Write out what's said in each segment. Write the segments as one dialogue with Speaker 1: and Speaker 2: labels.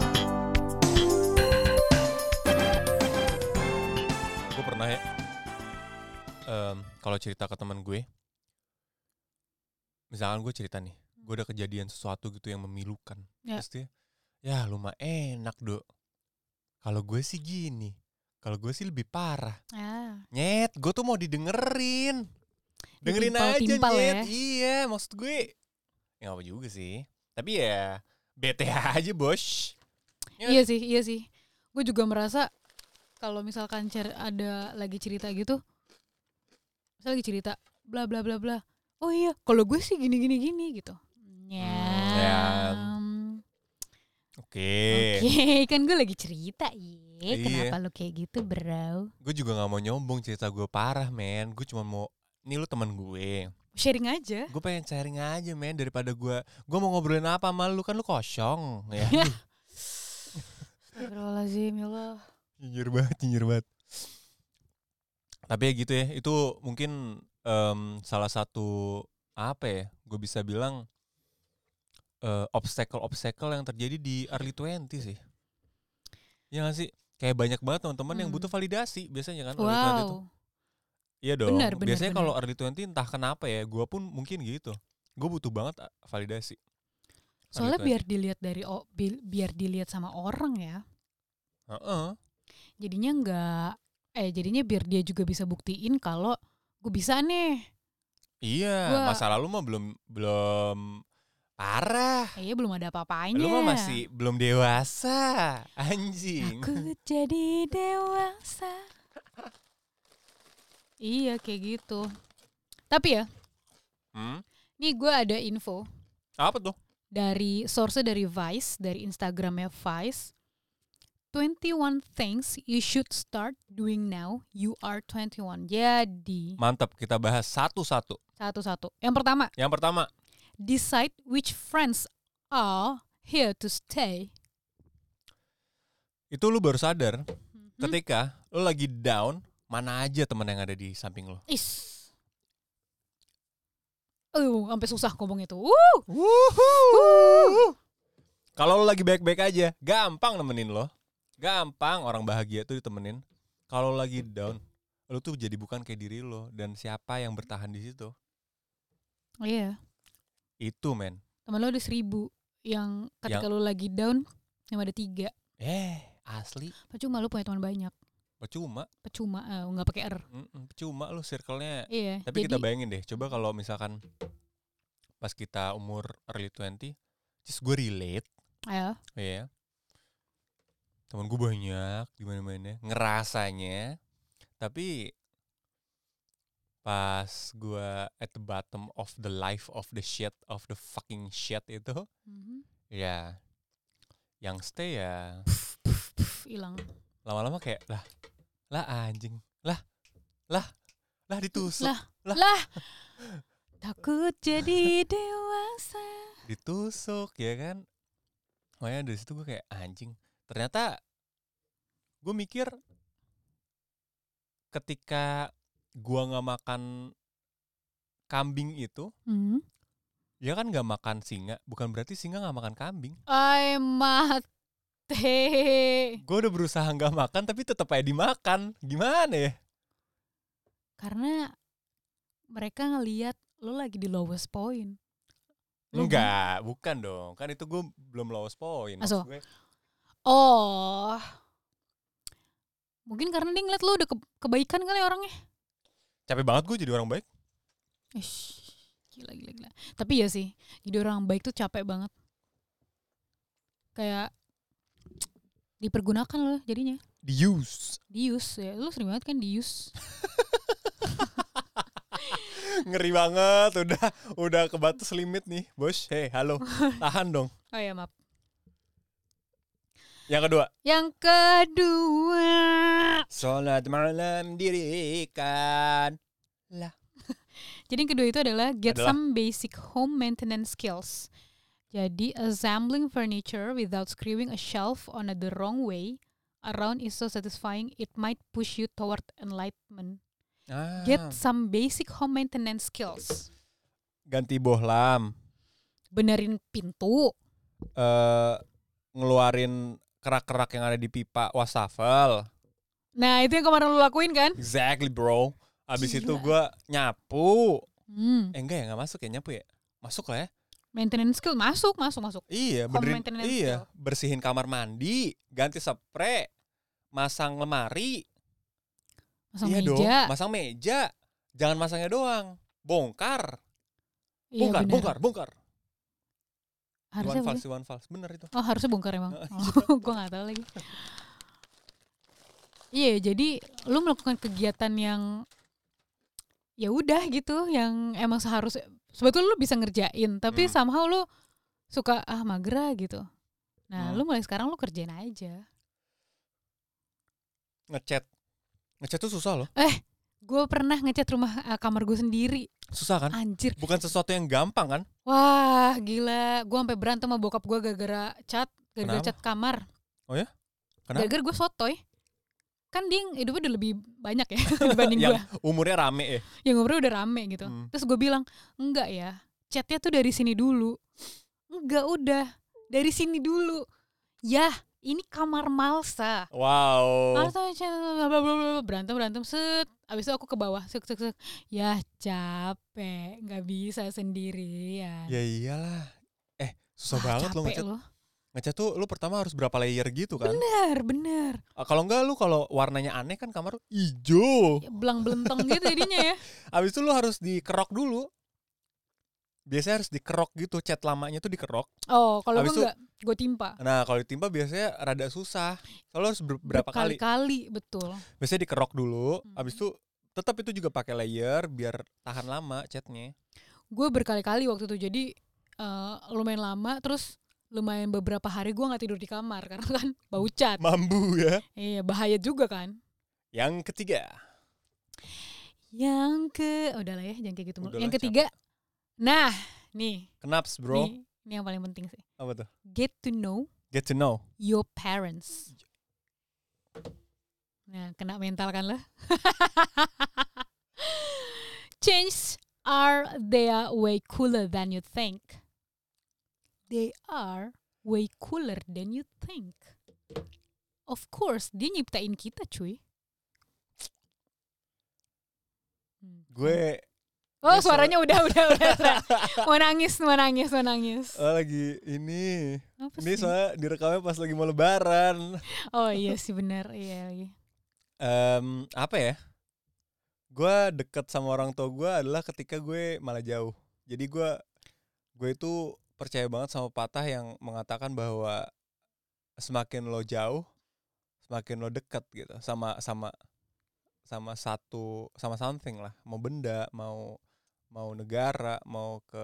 Speaker 1: ya, kalau cerita ke teman gue misalkan gue cerita nih gue udah kejadian sesuatu gitu yang memilukan
Speaker 2: Ya.
Speaker 1: terus dia ya lu mah enak dok kalau gue sih gini kalau gue sih lebih parah
Speaker 2: Ah,
Speaker 1: nyet gue tuh mau didengerin dengerin
Speaker 2: Ditimpal-timpal
Speaker 1: aja nyet
Speaker 2: ya.
Speaker 1: iya maksud gue ya apa juga sih tapi ya bete aja bos Ya.
Speaker 2: Iya sih, iya sih. Gue juga merasa kalau misalkan cer- ada lagi cerita gitu, misal lagi cerita bla bla bla bla. Oh iya, kalau gue sih gini gini gini gitu.
Speaker 1: ya.
Speaker 2: Nyam.
Speaker 1: oke
Speaker 2: Oke, kan gue lagi cerita, ye.
Speaker 1: Iya.
Speaker 2: Kenapa lu kayak gitu, bro?
Speaker 1: gue juga nggak mau nyombong cerita gue parah men gue cuma mau ini lu teman gue
Speaker 2: Sharing aja.
Speaker 1: gue pengen sharing aja men daripada gue gue mau ngobrolin apa sama lu kan lu kosong ya
Speaker 2: Astagfirullahaladzim, ya Allah.
Speaker 1: Cinyir banget, cinyir banget. Tapi ya gitu ya, itu mungkin em, salah satu apa ya? Gue bisa bilang eh, obstacle-obstacle yang terjadi di early 20 sih. Ya gak sih? Kayak banyak banget teman-teman yang
Speaker 2: Hmm.
Speaker 1: butuh validasi biasanya kan early 20 itu.
Speaker 2: Wow.
Speaker 1: Iya dong.
Speaker 2: Benar, benar,
Speaker 1: biasanya
Speaker 2: benar.
Speaker 1: kalau early 20 entah kenapa ya, gue pun mungkin gitu. Gue butuh banget ah, validasi.
Speaker 2: Soalnya
Speaker 1: Early 20.
Speaker 2: biar dilihat dari o- bi- biar dilihat sama orang ya.
Speaker 1: Heeh.
Speaker 2: jadinya nggak eh jadinya biar dia juga bisa buktiin kalau gue bisa nih
Speaker 1: Iya,
Speaker 2: Gua-
Speaker 1: masa lalu mah belum belum parah.
Speaker 2: eh belum ada apa-apanya
Speaker 1: Lu mah masih belum dewasa, anjing.
Speaker 2: aku jadi dewasa iya kayak gitu tapi ya
Speaker 1: Hmm?
Speaker 2: nih gue ada info
Speaker 1: Apa tuh?
Speaker 2: dari source dari Vice dari Instagramnya Vice 21 things you should start doing now you are 21 jadi
Speaker 1: Mantap, kita bahas satu-satu.
Speaker 2: satu-satu yang pertama
Speaker 1: Yang pertama,
Speaker 2: decide which friends are here to stay.
Speaker 1: itu lu baru sadar
Speaker 2: Mhm.
Speaker 1: ketika lu lagi down, mana aja teman yang ada di samping lu.
Speaker 2: Is. Uh, sampai susah ngomong itu. Uh,
Speaker 1: Wuhu. Kalau lu lagi baik-baik aja, gampang nemenin lo. Gampang orang bahagia tuh ditemenin. Kalau lu lagi down, lu tuh jadi bukan kayak diri lo dan siapa yang bertahan di situ?
Speaker 2: iya.
Speaker 1: Itu, men.
Speaker 2: Temen lo ada seribu yang ketika lo lagi down yang ada tiga.
Speaker 1: Eh, asli.
Speaker 2: Percuma lo punya teman banyak.
Speaker 1: Percuma.
Speaker 2: Percuma eh, nggak pakai R.
Speaker 1: Mm-mm, Percuma lu circle-nya
Speaker 2: Iya.
Speaker 1: Tapi
Speaker 2: jadi
Speaker 1: kita bayangin deh, coba kalau misalkan pas kita umur early 20, cis gue relate,
Speaker 2: ayo,
Speaker 1: ya. Temen gue banyak di mana-mana, ngerasanya. Tapi pas gue at the bottom of the life of the shit of the fucking shit itu,
Speaker 2: Mhm.
Speaker 1: ya yang stay ya
Speaker 2: Pff, hilang.
Speaker 1: lama-lama kayak lah lah anjing lah lah lah ditusuk
Speaker 2: Lah, lah. Takut jadi dewasa.
Speaker 1: ditusuk ya kan makanya dari situ gue kayak anjing ternyata gue mikir ketika gua nggak makan kambing itu
Speaker 2: Hmm.
Speaker 1: ya kan nggak makan singa bukan berarti singa nggak makan kambing
Speaker 2: Ay mate.
Speaker 1: gue udah berusaha nggak makan tapi tetap aja dimakan gimana ya
Speaker 2: karena mereka ngelihat lo lagi di lowest point. Lo-
Speaker 1: enggak bukan dong kan itu gue belum lowest point
Speaker 2: Aso.
Speaker 1: Maksud gue,
Speaker 2: Oh. Mungkin karena dia ngeliat lo udah ke- kebaikan kali ya orangnya.
Speaker 1: capek banget gue jadi orang baik
Speaker 2: Ish, gila gila gila. Tapi ya sih, jadi orang baik tuh capek banget. Kayak dipergunakan lo jadinya.
Speaker 1: di use
Speaker 2: Dius ya, lo sering banget kan dius.
Speaker 1: ngeri banget udah udah ke batas limit nih bos hei halo tahan dong
Speaker 2: Oh ya maaf.
Speaker 1: Yang kedua.
Speaker 2: Yang kedua,
Speaker 1: Sholat malam dirikan. Lah.
Speaker 2: Jadi yang kedua itu adalah get
Speaker 1: Adalah?
Speaker 2: some basic home maintenance skills. Jadi assembling furniture without screwing a shelf on the wrong way around is so satisfying it might push you toward enlightenment.
Speaker 1: Ah.
Speaker 2: Get some basic home maintenance skills.
Speaker 1: Ganti bohlam.
Speaker 2: Benerin pintu,
Speaker 1: eh ngeluarin kerak-kerak yang ada di pipa wastafel.
Speaker 2: Nah itu yang kemarin lo lakuin kan?
Speaker 1: Exactly bro. Abis itu
Speaker 2: Gila.
Speaker 1: gua nyapu.
Speaker 2: Hmm.
Speaker 1: Eh enggak ya nggak masuk ya nyapu ya. Masuk lah ya.
Speaker 2: Maintenance skill masuk, masuk, masuk.
Speaker 1: Iya
Speaker 2: Home
Speaker 1: benerin.
Speaker 2: Oh, maintenance gitu.
Speaker 1: Iya
Speaker 2: skill.
Speaker 1: bersihin kamar mandi, ganti spray, masang lemari.
Speaker 2: Masang
Speaker 1: iya dong.
Speaker 2: meja.
Speaker 1: Masang meja. Jangan masangnya doang. Bongkar,
Speaker 2: Iya,
Speaker 1: bongkar,
Speaker 2: benar.
Speaker 1: bongkar, bongkar.
Speaker 2: Harusnya
Speaker 1: Iwan
Speaker 2: begitu.
Speaker 1: Fals, Iwan Fals, bener itu.
Speaker 2: Oh harusnya bongkar emang.
Speaker 1: Heeh,
Speaker 2: Oh, gue nggak tahu lagi. Iya, jadi lu melakukan kegiatan yang ya udah gitu, yang emang seharusnya sebetulnya lu bisa ngerjain, tapi
Speaker 1: Hmm.
Speaker 2: somehow lu suka ah magra gitu. Nah,
Speaker 1: Hmm.
Speaker 2: lu mulai sekarang lu kerjain aja.
Speaker 1: Ngechat, ngechat tuh susah lohat
Speaker 2: Gue pernah ngecat rumah eh, kamar gue sendiri,
Speaker 1: Susah kan?
Speaker 2: anjir.
Speaker 1: Bukan sesuatu yang gampang kan?
Speaker 2: Wah, gila. Gue sampai berantem sama bokap gue gara-gara cat, gara-gara
Speaker 1: Kenapa?
Speaker 2: cat kamar.
Speaker 1: Oh ya? Kenapa?
Speaker 2: Gara-gara gue sotoy. Kan dia yang hidupnya udah lebih banyak ya dibanding
Speaker 1: yang
Speaker 2: gue.
Speaker 1: umurnya rame ya.
Speaker 2: Yang ngobrol udah rame gitu.
Speaker 1: Hmm.
Speaker 2: Terus gue bilang, enggak ya. Catnya tuh dari sini dulu. Enggak udah. Dari sini dulu. Yah, ini kamar Malsa.
Speaker 1: Wow.
Speaker 2: Malsa cat, bla bla bla bla, berantem berantem set. Abis itu aku ke bawah, sek sek sek. Yah, "Ya, capek, nggak bisa sendirian.
Speaker 1: Ya iyalah. Eh, susah
Speaker 2: Wah,
Speaker 1: banget lo
Speaker 2: capek
Speaker 1: ngechat. Ngechat tuh lu pertama harus berapa layer gitu kan?
Speaker 2: Bener, bener.
Speaker 1: Ah, Kalau enggak lu kalau warnanya aneh kan kamar lu hijau.
Speaker 2: Ya, belang belentong gitu jadinya ya.
Speaker 1: Habis itu lu harus dikerok dulu. Biasanya harus dikerok gitu, chat lamanya tuh dikerok.
Speaker 2: Oh, kalau gue
Speaker 1: Habis itu-
Speaker 2: enggak, gue timpa.
Speaker 1: Nah, kalau ditimpa biasanya rada susah. Soalnya harus ber- berapa kali.
Speaker 2: Kali betul.
Speaker 1: Biasanya dikerok dulu,
Speaker 2: Hmm.
Speaker 1: habis itu tetap itu juga pakai layer biar tahan lama chatnya.
Speaker 2: Gue berkali-kali waktu itu jadi eh, lumayan lama, terus lumayan beberapa hari gue nggak tidur di kamar karena kan bau cat.
Speaker 1: Mambu ya.
Speaker 2: Iya, bahaya juga kan.
Speaker 1: Yang ketiga,
Speaker 2: Yang ke, oh, udahlah ya, jangan kayak gitu. mulu.
Speaker 1: Udahlah,
Speaker 2: yang ketiga, nah, nih,
Speaker 1: kenaps bro.
Speaker 2: nih, ini yang paling penting sih.
Speaker 1: Apa tuh?
Speaker 2: Get to know
Speaker 1: Get to know.
Speaker 2: your parents. Nah, kena mental kan lah. Change are they are way cooler than you think. They are way cooler than you think. Of course, dia nyiptain kita, cuy. Hmm.
Speaker 1: Gue
Speaker 2: Oh,
Speaker 1: gue
Speaker 2: suaranya udah udah udah. udah. mau nangis, mau nangis, mau nangis.
Speaker 1: Oh, lagi ini.
Speaker 2: Apa
Speaker 1: Uh, Ini
Speaker 2: sih?
Speaker 1: soalnya direkamnya pas lagi mau lebaran.
Speaker 2: Oh iya sih benar. Iya, iya.
Speaker 1: Em, apa ya? Gue deket sama orang tua gue adalah ketika gue malah jauh. Jadi gue gue itu percaya banget sama patah yang mengatakan bahwa semakin lo jauh, semakin lo deket gitu sama sama sama satu sama something lah. Mau benda, mau mau negara, mau ke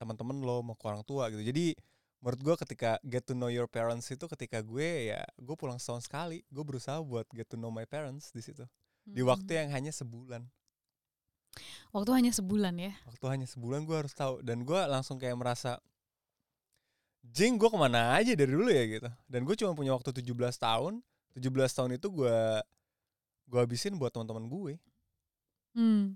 Speaker 1: teman-teman lo, mau ke orang tua gitu. Jadi menurut gue ketika get to know your parents itu ketika gue ya gue pulang setahun sekali gue berusaha buat get to know my parents di situ di waktu yang hanya sebulan
Speaker 2: Hmm. waktu hanya sebulan ya.
Speaker 1: waktu hanya sebulan gue harus tahu dan gue langsung kayak merasa jing gue kemana aja dari dulu ya gitu dan gue cuma punya waktu 17 tahun 17 tahun itu gue gue habisin buat teman-teman gue
Speaker 2: Hmm.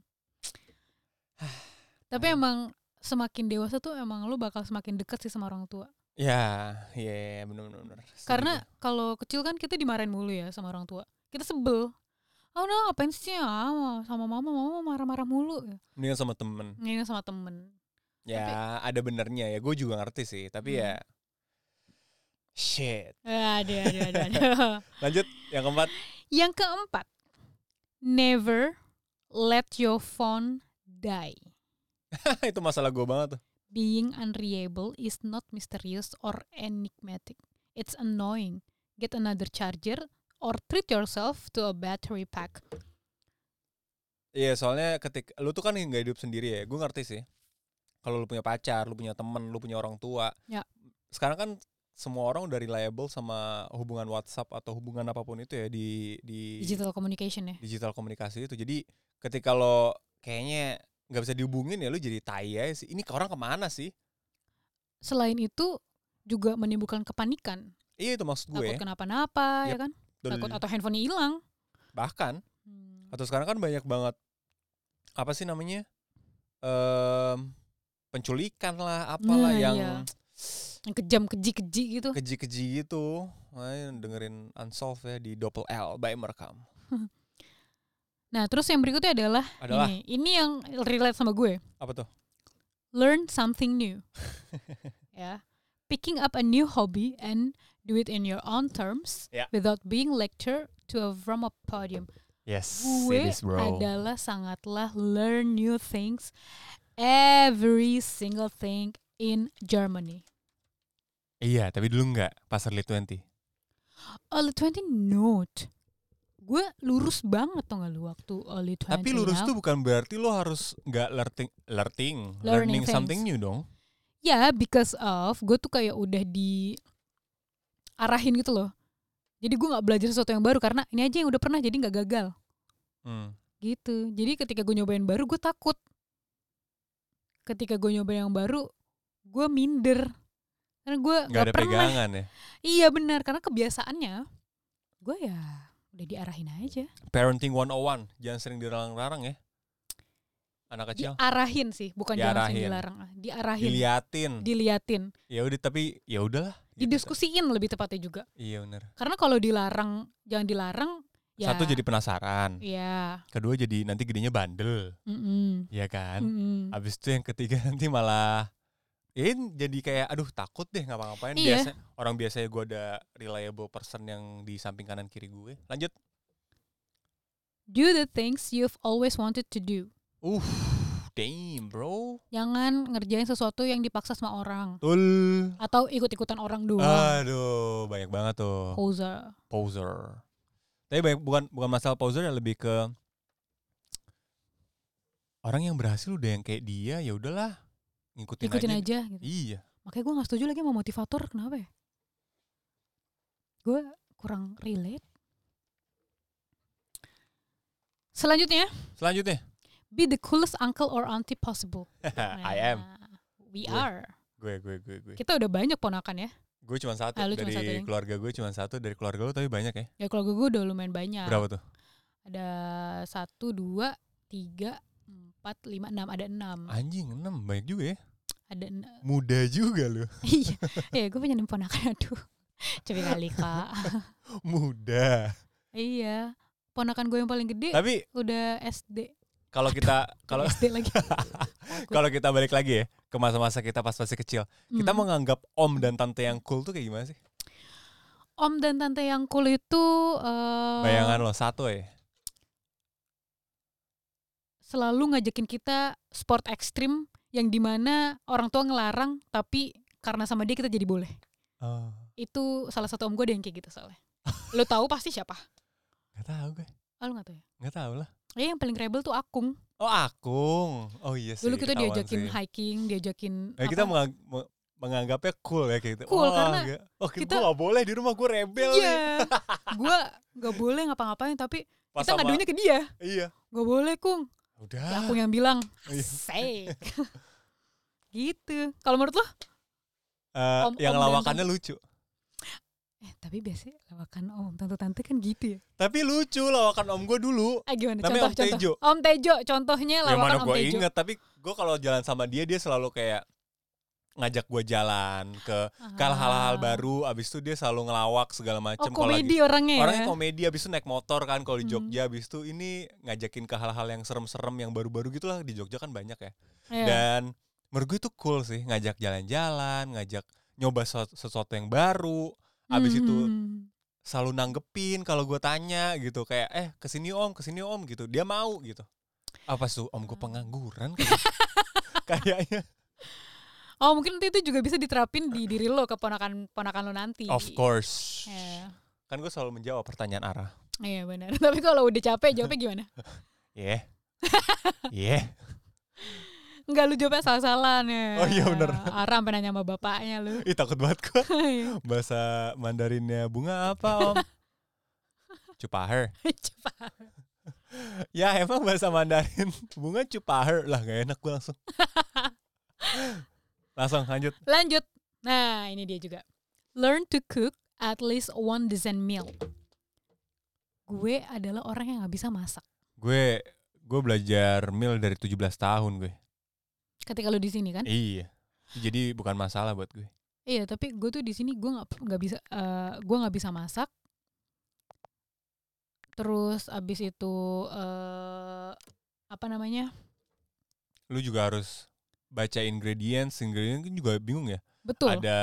Speaker 2: Tapi
Speaker 1: Ayo.
Speaker 2: emang semakin dewasa tuh emang lu bakal semakin dekat sih sama orang tua.
Speaker 1: ya ya benar-benar
Speaker 2: Karena kalau kecil kan kita dimarahin mulu ya sama orang tua. Kita sebel. Oh no, apain sih ah, sama mama, mama marah-marah mulu.
Speaker 1: mendingan sama temen
Speaker 2: Ini sama temen.
Speaker 1: ya ada benernya ya gue juga ngerti sih tapi
Speaker 2: Hmm.
Speaker 1: ya shit
Speaker 2: Ada, ada, ada,
Speaker 1: lanjut yang keempat
Speaker 2: Yang keempat, never let your phone die.
Speaker 1: Nah, itu masalah gue banget tuh.
Speaker 2: Being unreliable is not mysterious or enigmatic. It's annoying. Get another charger or treat yourself to a battery pack.
Speaker 1: Iya soalnya ketika lu tuh kan nggak hidup sendiri ya. Gue ngerti sih. Kalau lu punya pacar, lu punya temen, lu punya orang tua.
Speaker 2: Ya.
Speaker 1: Sekarang kan semua orang udah reliable sama hubungan WhatsApp atau hubungan apapun itu ya di di
Speaker 2: Digital communication ya.
Speaker 1: digital komunikasi itu. Jadi ketika lo kayaknya nggak bisa dihubungin ya lu jadi tai aja sih. Ini ke orang kemana sih?
Speaker 2: Selain itu juga menimbulkan kepanikan.
Speaker 1: Iya itu maksud
Speaker 2: Takut
Speaker 1: gue. Iya,
Speaker 2: kenapa-napa ya
Speaker 1: Yap,
Speaker 2: kan?
Speaker 1: Dul-
Speaker 2: Takut atau handphonenya hilang.
Speaker 1: Bahkan
Speaker 2: Hmm.
Speaker 1: atau sekarang kan banyak banget apa sih namanya Em, penculikan lah apalah
Speaker 2: Nah,
Speaker 1: yang
Speaker 2: iya. Yang kejam keji-keji gitu.
Speaker 1: keji-keji gitu Makanya dengerin Unsolved ya di Doppel L by Merekam
Speaker 2: Nah, terus yang berikutnya adalah,
Speaker 1: Adalah
Speaker 2: ini. Ini yang relate sama gue.
Speaker 1: apa tuh?
Speaker 2: Learn something new. ya. Picking up a new hobby and do it in your own terms
Speaker 1: Ya.
Speaker 2: without being lectured to a, from a podium.
Speaker 1: Yes,
Speaker 2: Gue adalah sangatlah learn new things every single thing in Germany.
Speaker 1: Iya, tapi dulu enggak pas early 20.
Speaker 2: Early 20 note. Gue lurus banget tau gak lu waktu early 20
Speaker 1: Tapi lurus
Speaker 2: ya.
Speaker 1: tuh bukan berarti lo harus enggak learning learning, learning,
Speaker 2: Learning things.
Speaker 1: something new dong.
Speaker 2: Ya, because of gue tuh kayak udah di arahin gitu loh. Jadi gue nggak belajar sesuatu yang baru karena ini aja yang udah pernah jadi nggak gagal
Speaker 1: Hmm.
Speaker 2: gitu. Jadi ketika gue nyobain baru gue takut. Ketika gue nyobain yang baru gue minder karena gue
Speaker 1: Enggak
Speaker 2: nggak
Speaker 1: ada
Speaker 2: pernah.
Speaker 1: pegangan ya.
Speaker 2: Iya benar karena kebiasaannya gue ya udah diarahin aja.
Speaker 1: Parenting 101, jangan sering dilarang-larang ya. Anak kecil
Speaker 2: Diarahin sih bukan jangan langsung
Speaker 1: Diarahin.
Speaker 2: dilarang. ah. Diarahin,
Speaker 1: diliatin.
Speaker 2: diliatin,
Speaker 1: ya udah tapi ya udahlah. gitu.
Speaker 2: didiskusiin lebih tepatnya juga.
Speaker 1: Iya benar.
Speaker 2: Karena kalau dilarang, jangan dilarang. Ya,
Speaker 1: Satu jadi penasaran,
Speaker 2: Iya.
Speaker 1: kedua jadi nanti gedenya bandel,
Speaker 2: Mm-mm.
Speaker 1: ya kan?
Speaker 2: Mm-mm.
Speaker 1: Habis itu yang ketiga nanti malah ya ini jadi kayak aduh takut deh ngapa-ngapain
Speaker 2: Iya.
Speaker 1: biasa orang biasanya gue ada reliable person yang di samping kanan kiri gue lanjut
Speaker 2: Do the things you've always wanted to do.
Speaker 1: uh damn bro
Speaker 2: Jangan ngerjain sesuatu yang dipaksa sama orang
Speaker 1: tul
Speaker 2: atau ikut-ikutan orang
Speaker 1: Ah,
Speaker 2: doang.
Speaker 1: aduh banyak banget tuh
Speaker 2: Poser.
Speaker 1: poser tapi banyak bukan bukan masalah poser ya lebih ke orang yang berhasil udah yang kayak dia ya udahlah ngikutin,
Speaker 2: Ikutin
Speaker 1: aja.
Speaker 2: aja. gitu.
Speaker 1: iya
Speaker 2: Makanya gue gak setuju lagi sama motivator. Kenapa ya? Gue kurang relate. Selanjutnya,
Speaker 1: selanjutnya
Speaker 2: be the coolest uncle or auntie possible.
Speaker 1: I am
Speaker 2: Nah, We
Speaker 1: Gue.
Speaker 2: are.
Speaker 1: gue gue gue gue
Speaker 2: Kita udah banyak ponakan ya.
Speaker 1: gue cuma satu
Speaker 2: Ah, lu cuma
Speaker 1: dari
Speaker 2: satu ya?
Speaker 1: keluarga gue cuma satu dari keluarga lu tapi banyak ya
Speaker 2: Ya keluarga gue udah lumayan banyak.
Speaker 1: berapa tuh
Speaker 2: Ada satu, dua, tiga, empat, lima, enam. Ada enam.
Speaker 1: anjing enam banyak juga ya
Speaker 2: Ada enam.
Speaker 1: muda juga lu
Speaker 2: Iya, iya gue punya enam ponakan. Aduh, coba kali kak.
Speaker 1: muda
Speaker 2: iya, ponakan gue yang paling gede
Speaker 1: tapi
Speaker 2: udah SD.
Speaker 1: kalau kita kalau
Speaker 2: SD lagi.
Speaker 1: kalau kita balik lagi ya ke masa-masa kita pas masih kecil kita
Speaker 2: Hmm.
Speaker 1: menganggap om dan tante yang cool tuh kayak gimana sih
Speaker 2: Om dan tante yang cool itu eh,
Speaker 1: bayangan lo satu ya
Speaker 2: selalu ngajakin kita sport ekstrim yang dimana orang tua ngelarang tapi karena sama dia kita jadi boleh.
Speaker 1: oh,
Speaker 2: Itu salah satu om gue ada yang kayak gitu soalnya. Lo tahu pasti siapa?
Speaker 1: nggak tahu gue
Speaker 2: Ah, lu gak tahu ya?
Speaker 1: nggak tahu lah
Speaker 2: Ya yang paling rebel tuh Akung.
Speaker 1: oh akung oh iya sih
Speaker 2: Dulu kita
Speaker 1: ketahuan
Speaker 2: diajakin
Speaker 1: sih.
Speaker 2: hiking, diajakin
Speaker 1: Nah, kita
Speaker 2: apa?
Speaker 1: mengang- me- menganggapnya cool ya kayak gitu.
Speaker 2: Cool, karena
Speaker 1: gak, oh, kita,
Speaker 2: kita-
Speaker 1: gua gak boleh di rumah gue rebel
Speaker 2: Iya.
Speaker 1: nih.
Speaker 2: Gua nggak boleh ngapa-ngapain tapi
Speaker 1: Pas
Speaker 2: kita
Speaker 1: sama-
Speaker 2: ngaduinnya ke dia.
Speaker 1: Iya.
Speaker 2: Gak boleh, Kung.
Speaker 1: Udah.
Speaker 2: Ya Akung yang bilang,
Speaker 1: Iya.
Speaker 2: "Asik." gitu. Kalau menurut lo?
Speaker 1: Eh,
Speaker 2: om-
Speaker 1: yang
Speaker 2: om dan
Speaker 1: lawakannya lucu.
Speaker 2: Eh, tapi biasanya lawakan om tante-tante kan gitu ya.
Speaker 1: Tapi lucu lawakan om gue dulu.
Speaker 2: Ah, gimana
Speaker 1: Namanya
Speaker 2: contoh
Speaker 1: Om
Speaker 2: contoh?
Speaker 1: Tejo.
Speaker 2: Om Tejo contohnya
Speaker 1: yang Ya, mana
Speaker 2: lawakan Om
Speaker 1: gue
Speaker 2: Tejo.
Speaker 1: inget. Tapi gue kalau jalan sama dia, dia selalu kayak ngajak gue jalan ke ke hal-hal
Speaker 2: Ah.
Speaker 1: baru. Abis itu dia selalu ngelawak segala
Speaker 2: Oh,
Speaker 1: macam. Kalau lagi-
Speaker 2: komedi orangnya ya.
Speaker 1: Orangnya komedi abis itu naik motor kan kalau di
Speaker 2: Hmm.
Speaker 1: Jogja abis itu ini ngajakin ke hal-hal yang serem-serem yang baru-baru gitu lah di Jogja kan banyak ya.
Speaker 2: Iya.
Speaker 1: Dan menurut gue itu cool sih ngajak jalan-jalan, ngajak nyoba sesu- sesuatu yang baru. Abis itu
Speaker 2: Hmm.
Speaker 1: selalu nanggepin kalau gue tanya gitu kayak eh kesini om kesini om gitu dia mau gitu apa tuh om gue pengangguran kali? ya?" kayaknya
Speaker 2: Oh mungkin nanti itu juga bisa diterapin di diri lo keponakan ponakan lo nanti.
Speaker 1: Eh. of course
Speaker 2: Iya,
Speaker 1: kan gue selalu menjawab pertanyaan arah
Speaker 2: iya benar. Tapi kalau udah capek jawabnya gimana?
Speaker 1: ya yeah.
Speaker 2: Enggak lu jawabnya salah-salah ya.
Speaker 1: Oh, iya, benar.
Speaker 2: Aram pernah nanya sama bapaknya lu.
Speaker 1: ih takut banget gue
Speaker 2: Iya.
Speaker 1: bahasa Mandarinnya bunga apa om cupaher
Speaker 2: Cepat.
Speaker 1: ya emang bahasa Mandarin bunga cupaher lah gak enak gue langsung langsung lanjut
Speaker 2: Lanjut. Nah, ini dia juga. Learn to cook at least one decent meal. Gue adalah orang yang nggak bisa masak.
Speaker 1: gue gue belajar mil dari 17 tahun gue
Speaker 2: Ketika lu di sini kan?
Speaker 1: Iya. Jadi bukan masalah buat gue.
Speaker 2: Iya, tapi gue tuh di sini gue nggak nggak bisa eh, gue nggak bisa masak. terus abis itu eh apa namanya
Speaker 1: Lu juga harus baca ingredients, ingredients kan juga bingung ya.
Speaker 2: betul
Speaker 1: Ada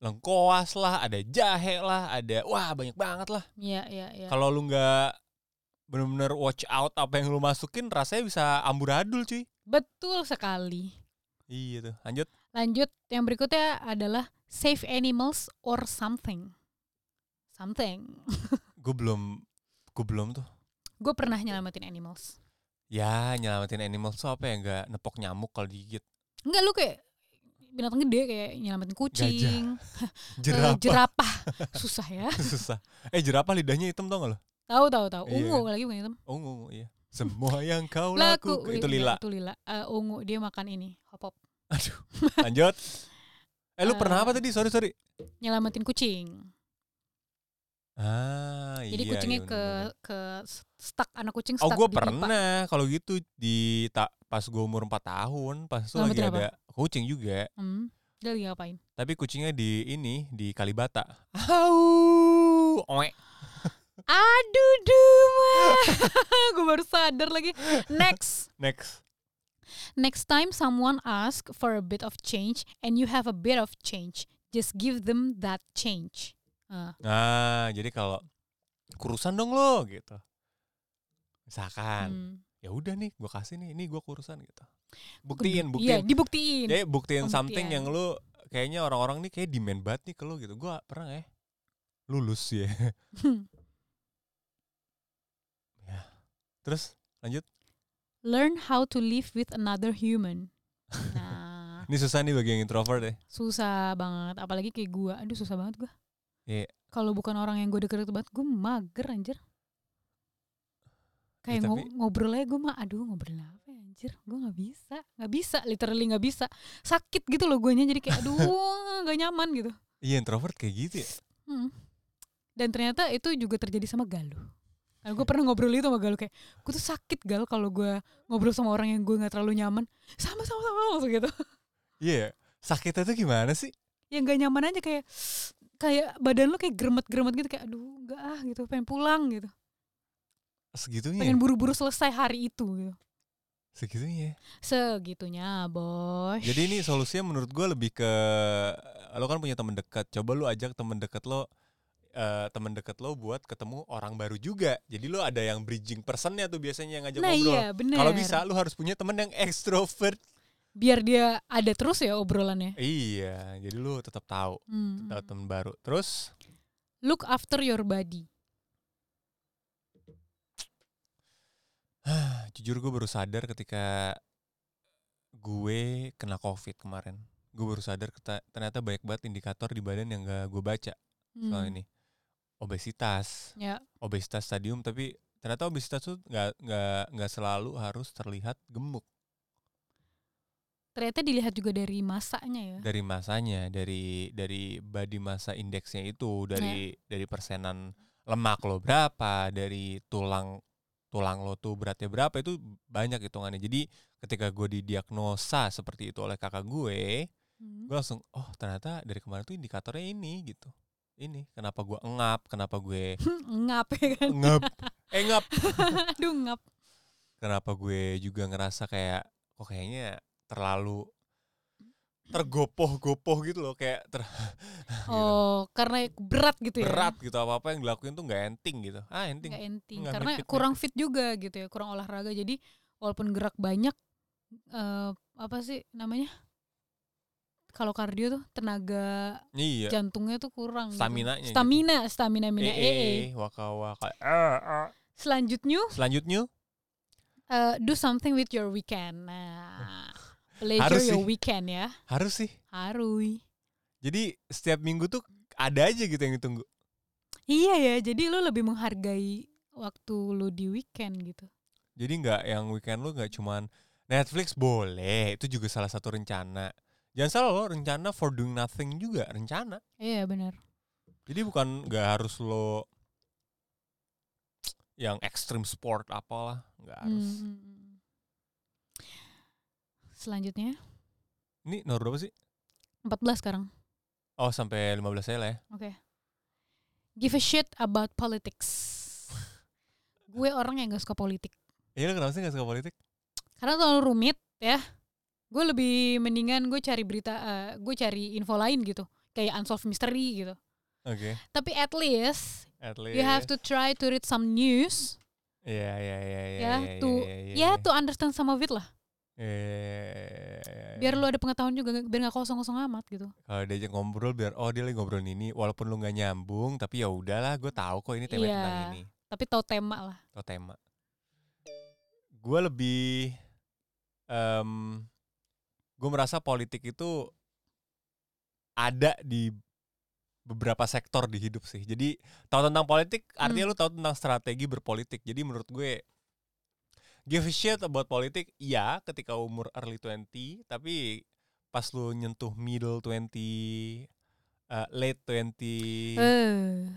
Speaker 1: lengkoas lah, ada jahe lah, ada wah banyak banget lah.
Speaker 2: ya ya ya
Speaker 1: Kalau lu nggak bener-bener watch out apa yang lu masukin, rasanya bisa amburadul cuy.
Speaker 2: betul sekali
Speaker 1: Iya tuh. Lanjut.
Speaker 2: Lanjut, yang berikutnya adalah save animals or something. Something.
Speaker 1: Gue belum, gue belum tuh.
Speaker 2: Gue pernah nyelamatin animals.
Speaker 1: Ya nyelamatin animal tuh apa ya nggak nepok nyamuk kalau digigit.
Speaker 2: Enggak, lu kayak binatang gede kayak nyelamatin kucing, eh,
Speaker 1: Jerapah.
Speaker 2: jerapah. Susah ya.
Speaker 1: Susah. Eh jerapah lidahnya hitam tau gak lo?
Speaker 2: Tahu tahu tahu.
Speaker 1: Iya.
Speaker 2: Ungu lagi bukan hitam.
Speaker 1: Ungu, ungu, iya. Semua yang kau
Speaker 2: Laku.
Speaker 1: lakukan itu
Speaker 2: Iya,
Speaker 1: lila.
Speaker 2: Itu lila. Eh, ungu dia makan ini, hop hop.
Speaker 1: Aduh. Lanjut. Eh lu pernah
Speaker 2: Eh.
Speaker 1: apa tadi? Sorry sorry.
Speaker 2: Nyelamatin kucing.
Speaker 1: Ah
Speaker 2: Jadi
Speaker 1: iya.
Speaker 2: kucingnya
Speaker 1: iya,
Speaker 2: ke
Speaker 1: bener-bener.
Speaker 2: ke stuck anak kucing
Speaker 1: Oh
Speaker 2: stuck
Speaker 1: gue
Speaker 2: di pipa.
Speaker 1: pernah kalau gitu di ta- pas gue umur 4 tahun pas itu lagi
Speaker 2: Selamatin apa?
Speaker 1: ada kucing juga
Speaker 2: Hmm. Dia lagi ngapain?
Speaker 1: tapi kucingnya di ini di Kalibata. Au. Oe.
Speaker 2: Aduh, Duma. gue baru sadar lagi. Next.
Speaker 1: Next.
Speaker 2: Next time someone asks for a bit of change and you have a bit of change, just give them that change. Ah,
Speaker 1: Nah, jadi kalau kurusan dong lo gitu. Misalkan,
Speaker 2: hmm.
Speaker 1: ya udah nih, gue kasih nih, ini gue kurusan gitu. Buktiin,
Speaker 2: Iya,
Speaker 1: buktiin.
Speaker 2: dibuktiin.
Speaker 1: Jadi buktiin something
Speaker 2: Pembuktian.
Speaker 1: yang lu kayaknya orang-orang nih kayak demand banget nih ke lu gitu. Gua pernah ya lulus ya. ya. Terus lanjut.
Speaker 2: Learn how to live with another human. Nah,
Speaker 1: Ini susah nih bagi yang introvert ya.
Speaker 2: susah banget. Apalagi kayak gua. Aduh, susah banget gua.
Speaker 1: Iya.
Speaker 2: Kalau bukan orang yang gue deket-deket banget, gue mager anjir. Kayak ngo-
Speaker 1: Ya, tapi-
Speaker 2: ngobrol aja gue mah, aduh ngobrol apa ya anjir, gue gak bisa, gak bisa, literally gak bisa. Sakit gitu loh guanya jadi kayak aduh gak nyaman gitu.
Speaker 1: Iya introvert kayak gitu ya.
Speaker 2: Mm. Dan ternyata itu juga terjadi sama Galuh. Nah, gue pernah ngobrol itu sama Galuh kayak, gue tuh sakit Gal kalau gue ngobrol sama orang yang gue nggak terlalu nyaman. Sama sama sama langsung gitu.
Speaker 1: Iya. ya. Sakitnya tuh gimana sih?
Speaker 2: Yang gak nyaman aja kayak kayak badan lo kayak gremet-gremet gitu kayak aduh enggak ah gitu pengen pulang gitu.
Speaker 1: Segitunya.
Speaker 2: Pengen
Speaker 1: ya?
Speaker 2: buru-buru selesai hari itu gitu.
Speaker 1: Segitunya. ya.
Speaker 2: Segitunya, Bos.
Speaker 1: Jadi ini solusinya menurut gua lebih ke lo kan punya temen dekat. Coba lu ajak temen dekat lo eh temen dekat lo buat ketemu orang baru juga. Jadi lo ada yang bridging personnya tuh biasanya yang ngajak
Speaker 2: Nah,
Speaker 1: ngobrol.
Speaker 2: iya, bener.
Speaker 1: Kalau bisa lu harus punya temen yang ekstrovert.
Speaker 2: biar dia ada terus ya obrolannya.
Speaker 1: Iya, jadi lu tetap tahu
Speaker 2: Hmm.
Speaker 1: dapat temen baru. Terus
Speaker 2: Look after your body.
Speaker 1: nah, jujur gue baru sadar ketika gue kena covid kemarin. Gue baru sadar keta- ternyata banyak banget indikator di badan yang gak gue baca
Speaker 2: Hmm.
Speaker 1: soal ini. Obesitas,
Speaker 2: Ya.
Speaker 1: obesitas stadium tapi ternyata obesitas tuh nggak nggak nggak selalu harus terlihat gemuk
Speaker 2: Ternyata dilihat juga dari masanya ya.
Speaker 1: dari masanya, dari dari body massa indeksnya itu, dari dari persenan lemak lo berapa, dari tulang tulang lo tuh beratnya berapa itu banyak hitungannya. Jadi ketika gue didiagnosa seperti itu oleh kakak gue,
Speaker 2: Hmm.
Speaker 1: gue langsung oh ternyata dari kemarin tuh indikatornya ini gitu. Ini kenapa gue engap, kenapa gue
Speaker 2: ngap ya kan
Speaker 1: engap, engap.
Speaker 2: aduh ngap
Speaker 1: Kenapa gue juga ngerasa kayak kok kayaknya terlalu tergopoh-gopoh gitu loh kayak ter gitu.
Speaker 2: oh karena berat gitu ya
Speaker 1: Iya. berat gitu apa apa yang dilakuin tuh nggak enting gitu ah enting
Speaker 2: nggak enting
Speaker 1: Nggak
Speaker 2: karena
Speaker 1: ngefit,
Speaker 2: kurang fit juga gitu ya kurang olahraga jadi walaupun gerak banyak eh apa sih namanya kalau kardio tuh tenaga
Speaker 1: iya
Speaker 2: jantungnya tuh kurang gitu.
Speaker 1: Staminanya gitu.
Speaker 2: stamina stamina mina
Speaker 1: Eh, eh,
Speaker 2: ee.
Speaker 1: eh, waka waka Eh, eh.
Speaker 2: selanjutnya
Speaker 1: selanjutnya
Speaker 2: eh, do something with your weekend nah pleasure
Speaker 1: Harus
Speaker 2: your
Speaker 1: sih.
Speaker 2: weekend ya
Speaker 1: harus sih
Speaker 2: harus
Speaker 1: jadi setiap minggu tuh ada aja gitu yang ditunggu
Speaker 2: iya ya jadi lu lebih menghargai waktu lu di weekend gitu
Speaker 1: jadi nggak yang weekend lu nggak cuman Netflix boleh itu juga salah satu rencana jangan salah lo rencana for doing nothing juga rencana
Speaker 2: iya benar
Speaker 1: jadi bukan nggak harus lo yang extreme sport apalah nggak harus
Speaker 2: Hmm, hmm, hmm. Selanjutnya
Speaker 1: ini nomor berapa sih
Speaker 2: 14 sekarang.
Speaker 1: oh sampai 15 saya lah ya
Speaker 2: Give a shit about politics. gue orang yang gak suka politik
Speaker 1: Iya lu kenapa sih gak suka politik?
Speaker 2: karena terlalu rumit ya gue lebih mendingan gue cari berita eh, gue cari info lain gitu kayak unsolved mystery gitu
Speaker 1: Oke.
Speaker 2: tapi at least
Speaker 1: At least.
Speaker 2: you have to try to read some news
Speaker 1: Iya iya iya iya.
Speaker 2: ya
Speaker 1: iya,
Speaker 2: to
Speaker 1: iya, iya,
Speaker 2: ya
Speaker 1: iya.
Speaker 2: to understand some of it lah
Speaker 1: Iya, iya, iya, iya, iya.
Speaker 2: biar lu ada pengetahuan juga nggak- biar nggak kosong-kosong amat gitu
Speaker 1: kalau diajak ngobrol biar oh dia lagi ngobrolin ini walaupun lu nggak nyambung tapi ya udahlah gue tahu kok ini tema
Speaker 2: Iya.
Speaker 1: tentang ini
Speaker 2: tapi tahu tema lah
Speaker 1: atau tema. Gue lebih em gue merasa politik itu ada di beberapa sektor di hidup sih. Jadi tahu tentang politik artinya lu tahu tentang strategi berpolitik. Jadi menurut gue give a shit about politik iya ketika umur early 20 tapi pas lu nyentuh middle 20 eh, late 20
Speaker 2: eh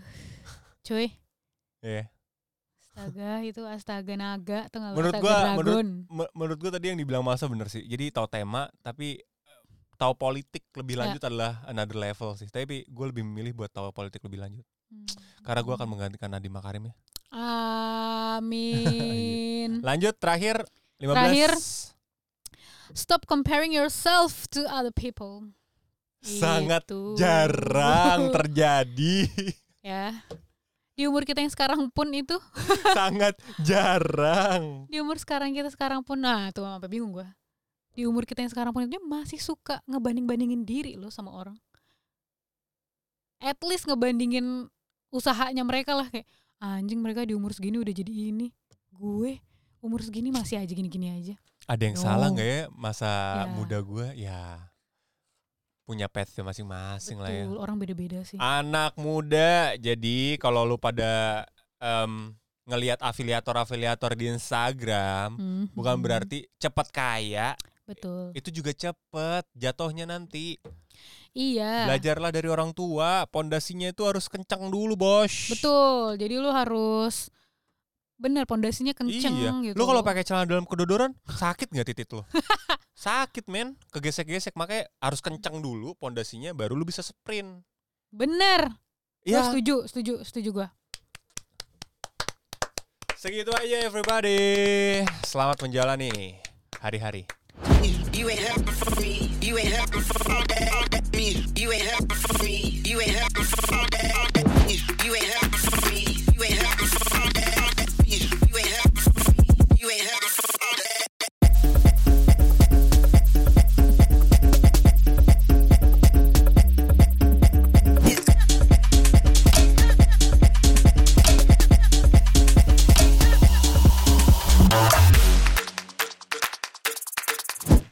Speaker 2: cuy
Speaker 1: ya.
Speaker 2: astaga itu astaga naga atau nggak
Speaker 1: Menurut
Speaker 2: astaga
Speaker 1: gua-
Speaker 2: dragon
Speaker 1: Me- menurut gue tadi yang dibilang masa bener sih jadi tahu tema tapi eh, tahu politik lebih
Speaker 2: Ya.
Speaker 1: lanjut adalah another level sih tapi gue lebih memilih buat tahu politik lebih lanjut
Speaker 2: Hmm.
Speaker 1: karena gue akan menggantikan Nadiem Makarim ya
Speaker 2: amin
Speaker 1: lanjut terakhir 15
Speaker 2: Terakhir. stop comparing yourself to other people
Speaker 1: Sangat
Speaker 2: Itu.
Speaker 1: jarang terjadi
Speaker 2: ya di umur kita yang sekarang pun itu
Speaker 1: sangat jarang
Speaker 2: di umur sekarang kita sekarang pun nah tuh sampai bingung gua di umur kita yang sekarang pun itu dia masih suka ngebanding bandingin diri loh sama orang at least ngebandingin usahanya mereka lah kayak anjing mereka di umur segini udah jadi ini gue umur segini masih aja gini gini aja
Speaker 1: ada yang
Speaker 2: No.
Speaker 1: salah nggak ya masa
Speaker 2: Ya.
Speaker 1: muda gue ya punya path masing-masing lah ya
Speaker 2: betul orang beda beda sih
Speaker 1: anak muda jadi kalau lu pada em, ngelihat afiliator-afiliator di Instagram
Speaker 2: Hmm,
Speaker 1: bukan
Speaker 2: hmm,
Speaker 1: berarti cepet kaya
Speaker 2: betul
Speaker 1: itu juga cepet jatuhnya nanti
Speaker 2: iya
Speaker 1: belajarlah dari orang tua pondasinya itu harus kencang dulu bos
Speaker 2: Betul. Jadi lu harus bener pondasinya kenceng
Speaker 1: iya
Speaker 2: gitu.
Speaker 1: lu kalau pakai celana dalam kedodoran sakit nggak titit lu sakit men kegesek-gesek makanya harus kencang dulu pondasinya baru lu bisa sprint
Speaker 2: bener. Gua
Speaker 1: ya
Speaker 2: setuju, setuju, setuju gua.
Speaker 1: segitu aja everybody selamat menjalani hari-hari
Speaker 3: me. You ain't happy for me. You ain't happy for me. You ain't happy for me. You ain't happy for me.